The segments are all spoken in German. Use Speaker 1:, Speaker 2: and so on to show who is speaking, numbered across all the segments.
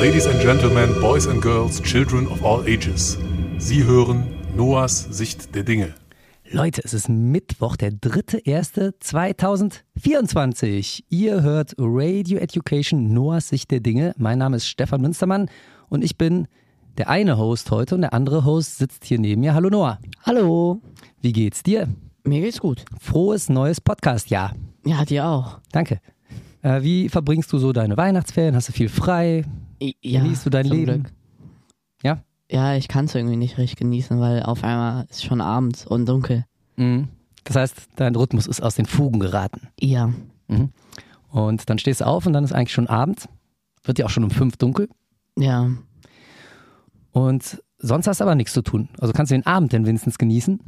Speaker 1: Ladies and Gentlemen, Boys and Girls, Children of all ages. Sie hören Noahs Sicht der Dinge.
Speaker 2: Leute, es ist Mittwoch, der 3.1.2024. Ihr hört Radio Education Noahs Sicht der Dinge. Mein Name ist Stefan Münstermann und ich bin der eine Host heute und der andere Host sitzt hier neben mir. Hallo Noah,
Speaker 3: Hallo,
Speaker 2: wie geht's dir?
Speaker 3: mir geht's gut.
Speaker 2: Frohes neues Podcast-Jahr.
Speaker 3: Ja, dir auch.
Speaker 2: Danke. Äh, wie verbringst du so deine Weihnachtsferien? Hast du viel frei?
Speaker 3: I- Ja,
Speaker 2: Genießt du dein
Speaker 3: zum
Speaker 2: Leben?
Speaker 3: Glück.
Speaker 2: Ja?
Speaker 3: Ja, ich kann es irgendwie nicht richtig genießen, weil auf einmal ist schon abends und dunkel.
Speaker 2: Mhm. Das heißt, dein Rhythmus ist aus den Fugen geraten.
Speaker 3: Ja,
Speaker 2: Und dann stehst du auf und dann ist eigentlich schon Abend. Wird ja auch schon um fünf dunkel.
Speaker 3: ja.
Speaker 2: Und sonst hast du aber nichts zu tun. Also kannst du den Abend denn wenigstens genießen.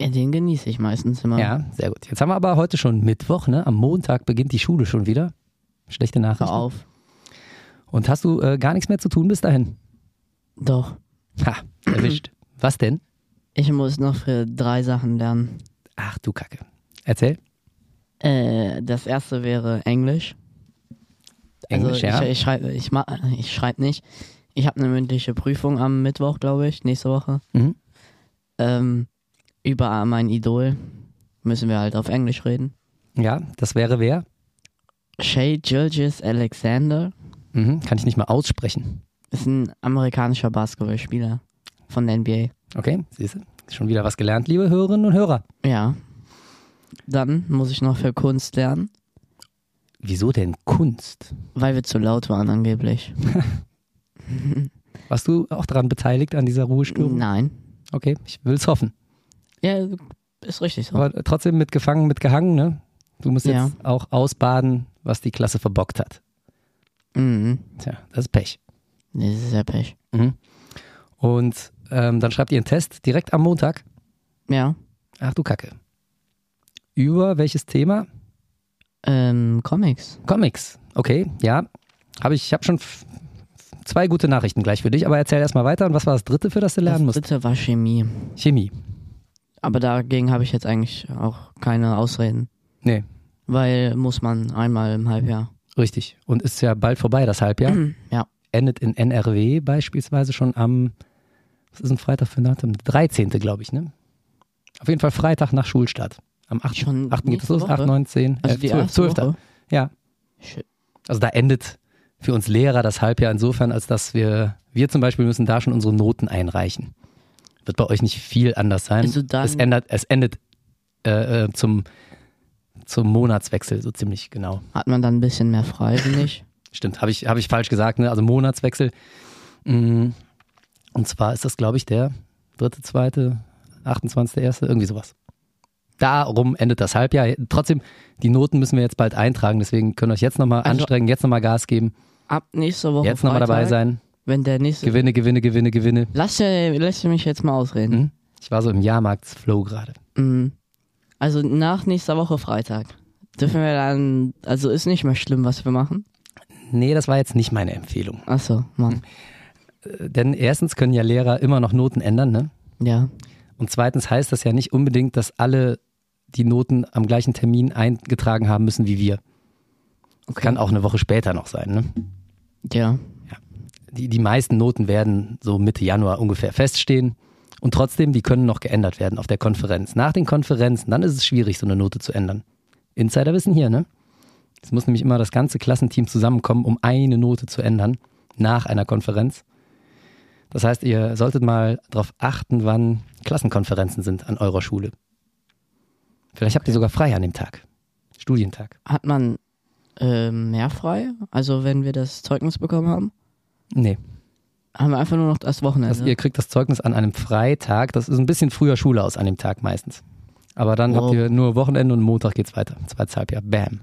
Speaker 3: ja den genieße ich meistens immer.
Speaker 2: Ja, sehr gut. Jetzt haben wir aber heute schon Mittwoch, ne? Am Montag beginnt die Schule schon wieder. Schlechte
Speaker 3: Hör
Speaker 2: Nachricht.
Speaker 3: auf.
Speaker 2: Und hast du äh, gar nichts mehr zu tun bis dahin?
Speaker 3: Doch,
Speaker 2: Ha, erwischt. Was denn?
Speaker 3: ich muss noch für drei Sachen lernen.
Speaker 2: Ach du Kacke. Erzähl.
Speaker 3: Also Äh, das erste wäre Englisch.
Speaker 2: Englisch,
Speaker 3: also
Speaker 2: ja.
Speaker 3: Ich, ich schreibe ich, ma- ich schreib nicht. Ich habe eine mündliche Prüfung am Mittwoch, glaube ich, nächste Woche.
Speaker 2: Mhm.
Speaker 3: Ähm, über mein Idol müssen wir halt auf Englisch reden.
Speaker 2: Ja, das wäre wer?
Speaker 3: Shay Gilgis Alexander
Speaker 2: Mhm. Kann ich nicht mal aussprechen.
Speaker 3: ist ein amerikanischer Basketballspieler von der NBA.
Speaker 2: Okay, siehst du? Schon wieder was gelernt, liebe Hörerinnen und Hörer.
Speaker 3: Ja. Dann muss ich noch für Kunst lernen,
Speaker 2: Wieso denn Kunst?
Speaker 3: weil wir zu laut waren angeblich.
Speaker 2: Warst du auch daran beteiligt an dieser Ruhestörung?
Speaker 3: Nein.
Speaker 2: Okay, ich will's hoffen.
Speaker 3: Ja, ist richtig so.
Speaker 2: Aber trotzdem mitgefangen, mitgehangen, ne? Du musst jetzt
Speaker 3: Ja.
Speaker 2: auch ausbaden, was die Klasse verbockt hat.
Speaker 3: Mhm.
Speaker 2: Tja, das ist Pech.
Speaker 3: Nee, das ist ja Pech.
Speaker 2: Und ähm, dann schreibt ihr einen Test direkt am Montag.
Speaker 3: Ja.
Speaker 2: Ach du Kacke. Über welches Thema?
Speaker 3: Ähm, Comics.
Speaker 2: Comics. Okay, ja. Habe ich, ich habe schon f- f- zwei gute Nachrichten gleich für dich, aber erzähl erstmal weiter. Und was war das dritte, für das du lernen
Speaker 3: das
Speaker 2: musst?
Speaker 3: dritte war Chemie.
Speaker 2: Chemie.
Speaker 3: Aber dagegen habe ich jetzt eigentlich auch keine Ausreden.
Speaker 2: Nee,
Speaker 3: Weil muss man einmal im Halbjahr.
Speaker 2: richtig. Und ist ja bald vorbei, das Halbjahr.
Speaker 3: Ja.
Speaker 2: Endet in NRW beispielsweise schon am, was ist ein Freitag für ein Datum? 13. glaube ich, ne? Auf jeden Fall Freitag nach Schulstart. Am 8.
Speaker 3: Schon
Speaker 2: 8. geht es
Speaker 3: nächste
Speaker 2: los, 8,
Speaker 3: Woche?
Speaker 2: 9, 10,
Speaker 3: Also
Speaker 2: äh,
Speaker 3: die
Speaker 2: 12.
Speaker 3: erste
Speaker 2: 12.
Speaker 3: Woche.
Speaker 2: Ja,
Speaker 3: Shit.
Speaker 2: also da endet für uns Lehrer das Halbjahr insofern, als dass wir, wir zum Beispiel müssen da schon unsere Noten einreichen. Wird bei euch nicht viel anders sein.
Speaker 3: Also dann-
Speaker 2: es, ändert, es endet äh, äh, zum, zum Monatswechsel so ziemlich genau.
Speaker 3: Hat man dann ein bisschen mehr frei, finde ich.
Speaker 2: Stimmt, habe ich, hab ich falsch gesagt, ne? also Monatswechsel. Mm, Und zwar ist das, glaube ich, der dritte, zweite, 28. erste, irgendwie sowas. Darum endet das Halbjahr. Trotzdem, die Noten müssen wir jetzt bald eintragen, deswegen könnt ihr euch jetzt nochmal
Speaker 3: Also-
Speaker 2: anstrengen, jetzt nochmal Gas geben,
Speaker 3: Ab nächste Woche.
Speaker 2: jetzt nochmal dabei
Speaker 3: Freitag.
Speaker 2: sein.
Speaker 3: Wenn der nächste.
Speaker 2: Gewinne, Gewinne, Gewinne, Gewinne.
Speaker 3: Lass, äh, lass mich jetzt mal ausreden.
Speaker 2: Hm? Ich war so im Jahrmarktsflow gerade. Hm?
Speaker 3: Mhm. Also nach nächster Woche Freitag dürfen wir dann. Also ist nicht mehr schlimm, was wir machen.
Speaker 2: Nee, das war jetzt nicht meine Empfehlung.
Speaker 3: Achso, Mann.
Speaker 2: Äh, Denn erstens können ja Lehrer immer noch Noten ändern, ne?
Speaker 3: Ja.
Speaker 2: Und zweitens heißt das ja nicht unbedingt, dass alle die Noten am gleichen Termin eingetragen haben müssen wie wir.
Speaker 3: Okay.
Speaker 2: Kann auch eine Woche später noch sein. Ne?
Speaker 3: Ja.
Speaker 2: Die, die meisten Noten werden so Mitte Januar ungefähr feststehen. Und trotzdem, die können noch geändert werden auf der Konferenz. Nach den Konferenzen, dann ist es schwierig, so eine Note zu ändern. Insiderwissen hier, ne? Es muss nämlich immer das ganze Klassenteam zusammenkommen, um eine Note zu ändern nach einer Konferenz. Das heißt, ihr solltet mal darauf achten, wann Klassenkonferenzen sind an eurer Schule. Vielleicht habt ihr sogar frei an dem Tag. Studientag.
Speaker 3: Hat man ähm, mehr frei? Also wenn wir das Zeugnis bekommen haben,
Speaker 2: Nee.
Speaker 3: haben wir einfach nur noch das
Speaker 2: Also
Speaker 3: Wochenende.
Speaker 2: ihr kriegt das Zeugnis an einem Freitag. Das ist ein bisschen früher Schule aus an dem Tag meistens. Aber dann habt
Speaker 3: Wow.
Speaker 2: ihr nur Wochenende und Montag geht's weiter. Zweites Halbjahr. Bam.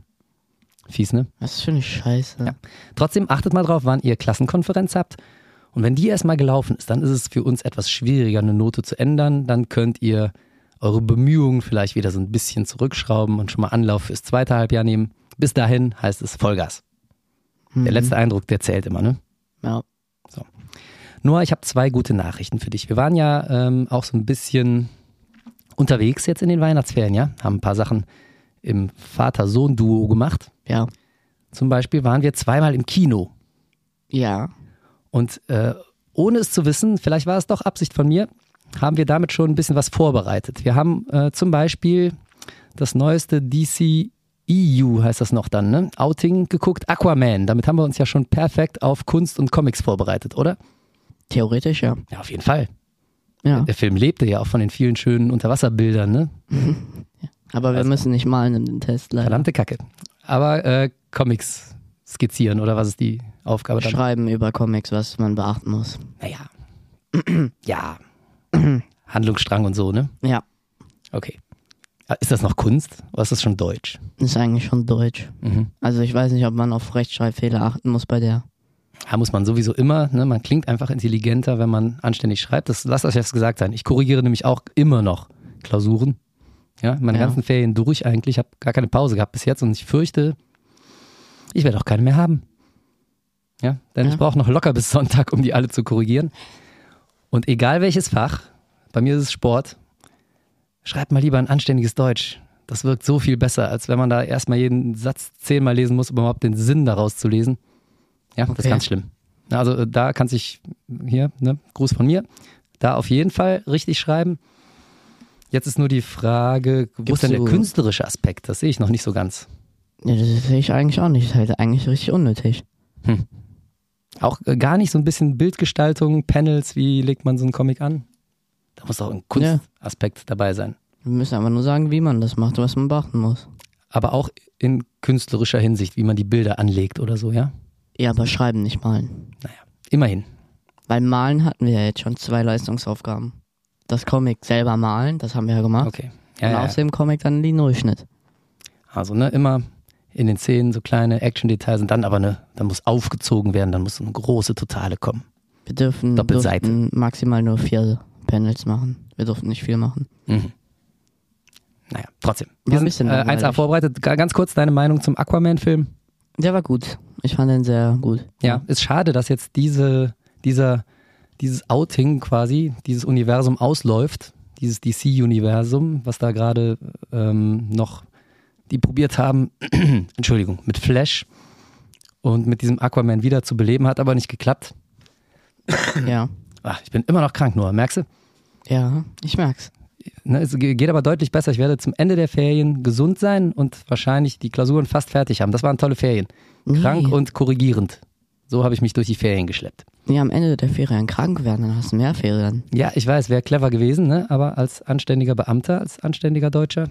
Speaker 2: Fies, ne?
Speaker 3: Was für eine Scheiße.
Speaker 2: Trotzdem achtet mal drauf, wann ihr Klassenkonferenz habt Und wenn die erstmal gelaufen ist, dann ist es für uns etwas schwieriger, eine Note zu ändern. Dann könnt ihr eure Bemühungen vielleicht wieder so ein bisschen zurückschrauben und schon mal Anlauf fürs zweite Halbjahr nehmen. Bis dahin heißt es Vollgas. Der letzte Eindruck, der zählt immer, ne?
Speaker 3: Ja.
Speaker 2: Noah, ich habe zwei gute Nachrichten für dich. Wir waren ja ähm, auch so ein bisschen unterwegs jetzt in den Weihnachtsferien, ja? Haben ein paar Sachen im Vater-Sohn-Duo gemacht.
Speaker 3: Ja.
Speaker 2: Zum Beispiel waren wir zweimal im Kino.
Speaker 3: Ja.
Speaker 2: Und äh, ohne es zu wissen, vielleicht war es doch Absicht von mir, haben wir damit schon ein bisschen was vorbereitet. Wir haben äh, zum Beispiel das neueste DC EU, heißt das noch dann, ne? Outing geguckt, Aquaman. Damit haben wir uns ja schon perfekt auf Kunst und Comics vorbereitet, oder?
Speaker 3: Theoretisch, ja.
Speaker 2: Ja, auf jeden Fall.
Speaker 3: Ja.
Speaker 2: Der Film lebte ja auch von den vielen schönen Unterwasserbildern, ne?
Speaker 3: Aber
Speaker 2: Also-
Speaker 3: wir müssen nicht malen in den Test leider.
Speaker 2: Verdammte Kacke. Aber äh, Comics skizzieren oder was ist die Aufgabe dann?
Speaker 3: Schreiben über Comics, was man beachten muss.
Speaker 2: Naja. ja. Handlungsstrang und so, ne?
Speaker 3: Ja.
Speaker 2: Okay. Ah, Ist das noch Kunst oder ist das schon Deutsch?
Speaker 3: Ist eigentlich schon deutsch.
Speaker 2: Mhm.
Speaker 3: Also ich weiß nicht, ob man auf Rechtschreibfehler achten muss bei der.
Speaker 2: Da muss man sowieso immer, ne? man klingt einfach intelligenter, wenn man anständig schreibt. Das lasst euch jetzt gesagt sein. Ich korrigiere nämlich auch immer noch Klausuren. Ja, meine
Speaker 3: Ja.
Speaker 2: ganzen Ferien durch eigentlich. Ich habe gar keine Pause gehabt bis jetzt und ich fürchte, ich werde auch keine mehr haben. Ja, denn
Speaker 3: Ja.
Speaker 2: ich brauche noch locker bis Sonntag, um die alle zu korrigieren. Und egal welches Fach, bei mir ist es Sport, schreibt mal lieber ein anständiges Deutsch. Das wirkt so viel besser, als wenn man da erstmal jeden Satz zehnmal lesen muss, um überhaupt den Sinn daraus zu lesen. Ja, das
Speaker 3: Okay.
Speaker 2: ist ganz schlimm. Na, Also äh, da kann sich hier, ne, Gruß von mir, da auf jeden Fall richtig schreiben. Jetzt ist nur die Frage, wo ist
Speaker 3: Gibst
Speaker 2: denn der
Speaker 3: du-
Speaker 2: künstlerische Aspekt? Das sehe ich noch nicht so ganz.
Speaker 3: Ja, das sehe ich eigentlich auch nicht. Ist halt eigentlich richtig unnötig.
Speaker 2: Auch äh, gar nicht so ein bisschen Bildgestaltung, Panels, wie legt man so einen Comic an? Da muss auch ein Kunstaspekt dabei sein.
Speaker 3: Wir müssen aber nur sagen, wie man das macht, was man beachten muss.
Speaker 2: Aber auch in künstlerischer Hinsicht, wie man die Bilder anlegt oder so, ja?
Speaker 3: Ja, aber schreiben, nicht malen.
Speaker 2: Immerhin.
Speaker 3: Weil malen hatten wir ja jetzt schon zwei Leistungsaufgaben. Das Comic selber malen, das haben wir ja gemacht.
Speaker 2: Okay.
Speaker 3: und
Speaker 2: Ja,
Speaker 3: aus
Speaker 2: ja.
Speaker 3: dem Comic dann den Nullschnitt.
Speaker 2: Also, ne, immer in den Szenen so kleine Action-Details und dann aber, ne, dann muss aufgezogen werden, dann muss so eine große Totale kommen.
Speaker 3: Wir dürfen
Speaker 2: Doppelseite.
Speaker 3: durften maximal nur vier Panels machen. Wir durften nicht viel machen.
Speaker 2: Mhm. Naja, trotzdem.
Speaker 3: War
Speaker 2: Wir
Speaker 3: ein
Speaker 2: sind
Speaker 3: bisschen
Speaker 2: äh, 1A
Speaker 3: langweilig.
Speaker 2: vorbereitet. Ga- Ganz kurz deine Meinung zum Aquaman-Film.
Speaker 3: Der war gut. Ich fand den sehr gut.
Speaker 2: Ja, ist schade, dass jetzt diese, dieser, dieses Outing quasi, dieses Universum ausläuft, dieses DC-Universum, was da gerade ähm, noch die probiert haben, Entschuldigung, mit Flash und mit diesem Aquaman wieder zu beleben, hat aber nicht geklappt.
Speaker 3: Ja.
Speaker 2: Ach, ich bin immer noch krank, nur merkst du?
Speaker 3: Ja, ich merk's.
Speaker 2: Ne, es ge- geht aber deutlich besser. Ich werde zum Ende der Ferien gesund sein und wahrscheinlich die Klausuren fast fertig haben. Das waren tolle Ferien. Krank
Speaker 3: Nee.
Speaker 2: und korrigierend. So habe ich mich durch die Ferien geschleppt.
Speaker 3: Nee, am Ende der Ferien krank werden, dann hast du mehr Ferien.
Speaker 2: Ja, ich weiß, wäre clever gewesen, ne? aber als anständiger Beamter, als anständiger Deutscher,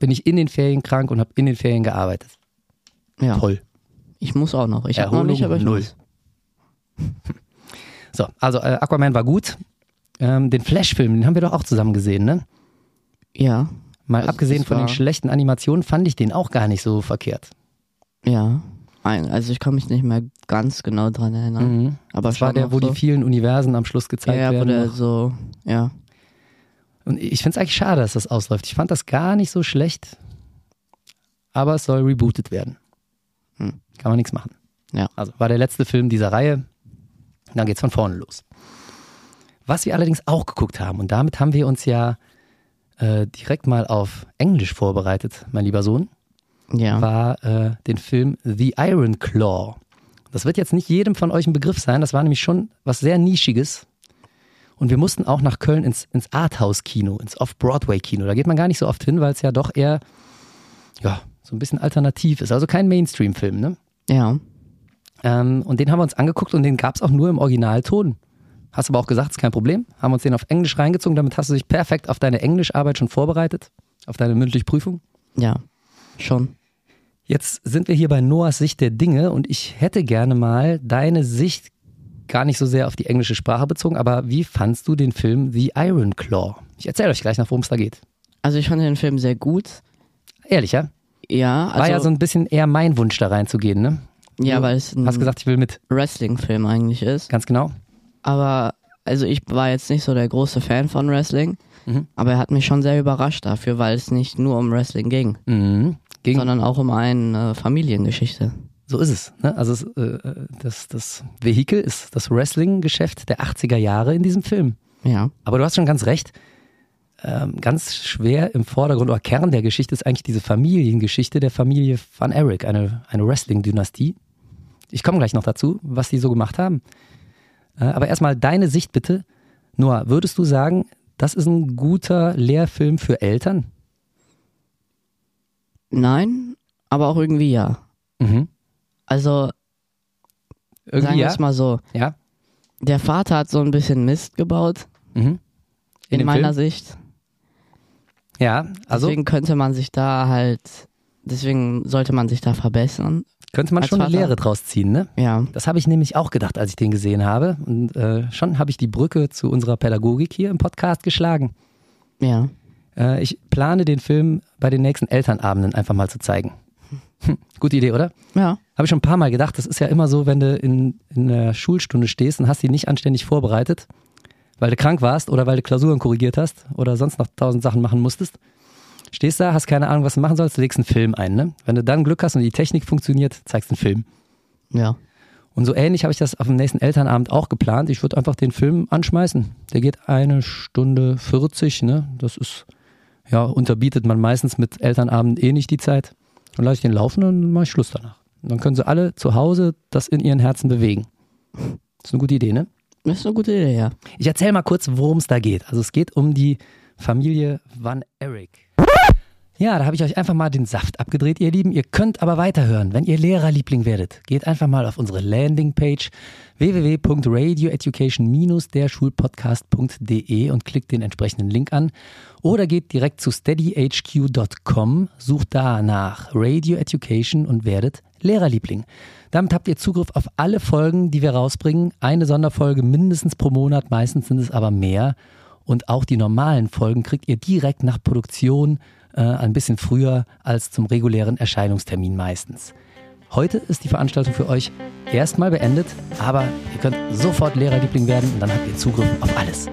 Speaker 2: bin ich in den Ferien krank und habe in den Ferien gearbeitet.
Speaker 3: Ja.
Speaker 2: Toll.
Speaker 3: Ich muss auch noch. Ich hab noch
Speaker 2: Erholung
Speaker 3: nicht, aber ich
Speaker 2: null.
Speaker 3: muss.
Speaker 2: So, also äh, Aquaman war gut. Ähm, den Flash-Film, den haben wir doch auch zusammen gesehen, ne?
Speaker 3: Ja,
Speaker 2: Mal
Speaker 3: Also,
Speaker 2: abgesehen
Speaker 3: das
Speaker 2: von den
Speaker 3: war-
Speaker 2: schlechten Animationen fand ich den auch gar nicht so verkehrt.
Speaker 3: ja. Ein- Also ich kann mich nicht mehr ganz genau dran erinnern.
Speaker 2: Mhm.
Speaker 3: Aber
Speaker 2: Das war
Speaker 3: schon
Speaker 2: der,
Speaker 3: noch
Speaker 2: wo
Speaker 3: so.
Speaker 2: die vielen Universen am Schluss gezeigt
Speaker 3: ja, ja, wo
Speaker 2: werden.
Speaker 3: der
Speaker 2: noch.
Speaker 3: so, ja.
Speaker 2: Und ich finde es eigentlich schade, dass das ausläuft. Ich fand das gar nicht so schlecht, aber es soll rebootet werden.
Speaker 3: Hm.
Speaker 2: Kann man nichts machen.
Speaker 3: Ja.
Speaker 2: Also war der letzte Film dieser Reihe. Dann geht's von vorne los. Was wir allerdings auch geguckt haben, und damit haben wir uns ja äh, direkt mal auf Englisch vorbereitet, mein lieber Sohn,
Speaker 3: Ja.
Speaker 2: war äh, den Film The Iron Claw. Das wird jetzt nicht jedem von euch ein Begriff sein, das war nämlich schon was sehr Nischiges. Und wir mussten auch nach Köln ins, ins Arthouse-Kino, ins Off-Broadway-Kino. Da geht man gar nicht so oft hin, weil es ja doch eher ja, so ein bisschen alternativ ist. Also kein Mainstream-Film, ne?
Speaker 3: Ja.
Speaker 2: Ähm, und den haben wir uns angeguckt und den gab es auch nur im Originalton. Hast aber auch gesagt, ist kein Problem. Haben uns den auf Englisch reingezogen, damit hast du dich perfekt auf deine Englischarbeit schon vorbereitet, auf deine mündliche Prüfung.
Speaker 3: Ja. Schon.
Speaker 2: Jetzt sind wir hier bei Noahs Sicht der Dinge und ich hätte gerne mal deine Sicht gar nicht so sehr auf die englische Sprache bezogen, aber wie fandst du den Film The Iron Claw? Ich erzähle euch gleich noch, worum es da geht.
Speaker 3: Also ich fand den Film sehr gut.
Speaker 2: Ehrlich, ja?
Speaker 3: Ja,
Speaker 2: War
Speaker 3: also
Speaker 2: ja so ein bisschen eher mein Wunsch, da reinzugehen, ne?
Speaker 3: Ja,
Speaker 2: Du
Speaker 3: weil es ein
Speaker 2: Hast gesagt, ich will mit.
Speaker 3: Wrestling-Film eigentlich ist.
Speaker 2: Ganz genau.
Speaker 3: Aber, also ich war jetzt nicht so der große Fan von Wrestling,
Speaker 2: Mhm.
Speaker 3: aber er hat mich schon sehr überrascht dafür, weil es nicht nur um Wrestling ging,
Speaker 2: Mhm. Gegen,
Speaker 3: sondern auch um eine Familiengeschichte.
Speaker 2: so ist es. Ne? Also es, äh, das, das Vehikel ist das Wrestling-Geschäft der 80er Jahre in diesem Film.
Speaker 3: Ja.
Speaker 2: Aber du hast schon ganz recht. Ähm, ganz schwer im Vordergrund oder Kern der Geschichte ist eigentlich diese Familiengeschichte der Familie Van Eric, eine, eine Wrestling-Dynastie. Ich komme gleich noch dazu, was die so gemacht haben. Äh, aber erstmal deine Sicht bitte. Noah, würdest du sagen, das ist ein guter Lehrfilm für Eltern?
Speaker 3: Nein, aber auch irgendwie ja.
Speaker 2: Mhm.
Speaker 3: Also, sagen
Speaker 2: Irgendwie
Speaker 3: wir
Speaker 2: ja.
Speaker 3: es mal so.
Speaker 2: ja.
Speaker 3: Der Vater hat so ein bisschen Mist gebaut,
Speaker 2: Mhm.
Speaker 3: in,
Speaker 2: dem
Speaker 3: meiner
Speaker 2: Film?
Speaker 3: Sicht.
Speaker 2: Ja, also
Speaker 3: deswegen könnte man sich da halt, deswegen sollte man sich da verbessern.
Speaker 2: könnte man
Speaker 3: als
Speaker 2: schon eine
Speaker 3: Vater-
Speaker 2: Lehre draus ziehen, ne?
Speaker 3: Ja,
Speaker 2: Das habe ich nämlich auch gedacht, als ich den gesehen habe. Und äh, schon habe ich die Brücke zu unserer Pädagogik hier im Podcast geschlagen.
Speaker 3: ja.
Speaker 2: Äh, ich plane den Film bei den nächsten Elternabenden einfach mal zu zeigen. Hm, gute Idee, oder?
Speaker 3: Ja,
Speaker 2: Habe ich schon ein paar Mal gedacht. Das ist ja immer so, wenn du in, in einer Schulstunde stehst und hast die nicht anständig vorbereitet, weil du krank warst oder weil du Klausuren korrigiert hast oder sonst noch tausend Sachen machen musstest. Stehst da, hast keine Ahnung, was du machen sollst, legst einen Film ein. Ne? Wenn du dann Glück hast und die Technik funktioniert, zeigst einen Film.
Speaker 3: ja.
Speaker 2: Und so ähnlich habe ich das auf dem nächsten Elternabend auch geplant. Ich würde einfach den Film anschmeißen. Der geht eine Stunde 40, ne? Das ist, ja, unterbietet man meistens mit Elternabend eh nicht die Zeit. Dann lasse ich den laufen und dann mache ich Schluss danach. Und dann können sie alle zu Hause das in ihren Herzen bewegen. Ist eine gute Idee, ne?
Speaker 3: Das ist eine gute Idee, ja.
Speaker 2: Ich erzähle mal kurz, worum es da geht. Also es geht um die Familie Van Eric. Ja, da habe ich euch einfach mal den Saft abgedreht, ihr Lieben. Ihr könnt aber weiterhören, wenn ihr Lehrerliebling werdet. Geht einfach mal auf unsere Landingpage www.radioeducation-derschulpodcast.de und klickt den entsprechenden Link an. Oder geht direkt zu steadyhq.com, sucht da nach Radio Education und werdet Lehrerliebling. Damit habt ihr Zugriff auf alle Folgen, die wir rausbringen. Eine Sonderfolge mindestens pro Monat, meistens sind es aber mehr. Und auch die normalen Folgen kriegt ihr direkt nach Produktion äh, ein bisschen früher als zum regulären Erscheinungstermin meistens. Heute ist die Veranstaltung für euch erstmal beendet, aber ihr könnt sofort Lehrerliebling werden und dann habt ihr Zugriff auf alles.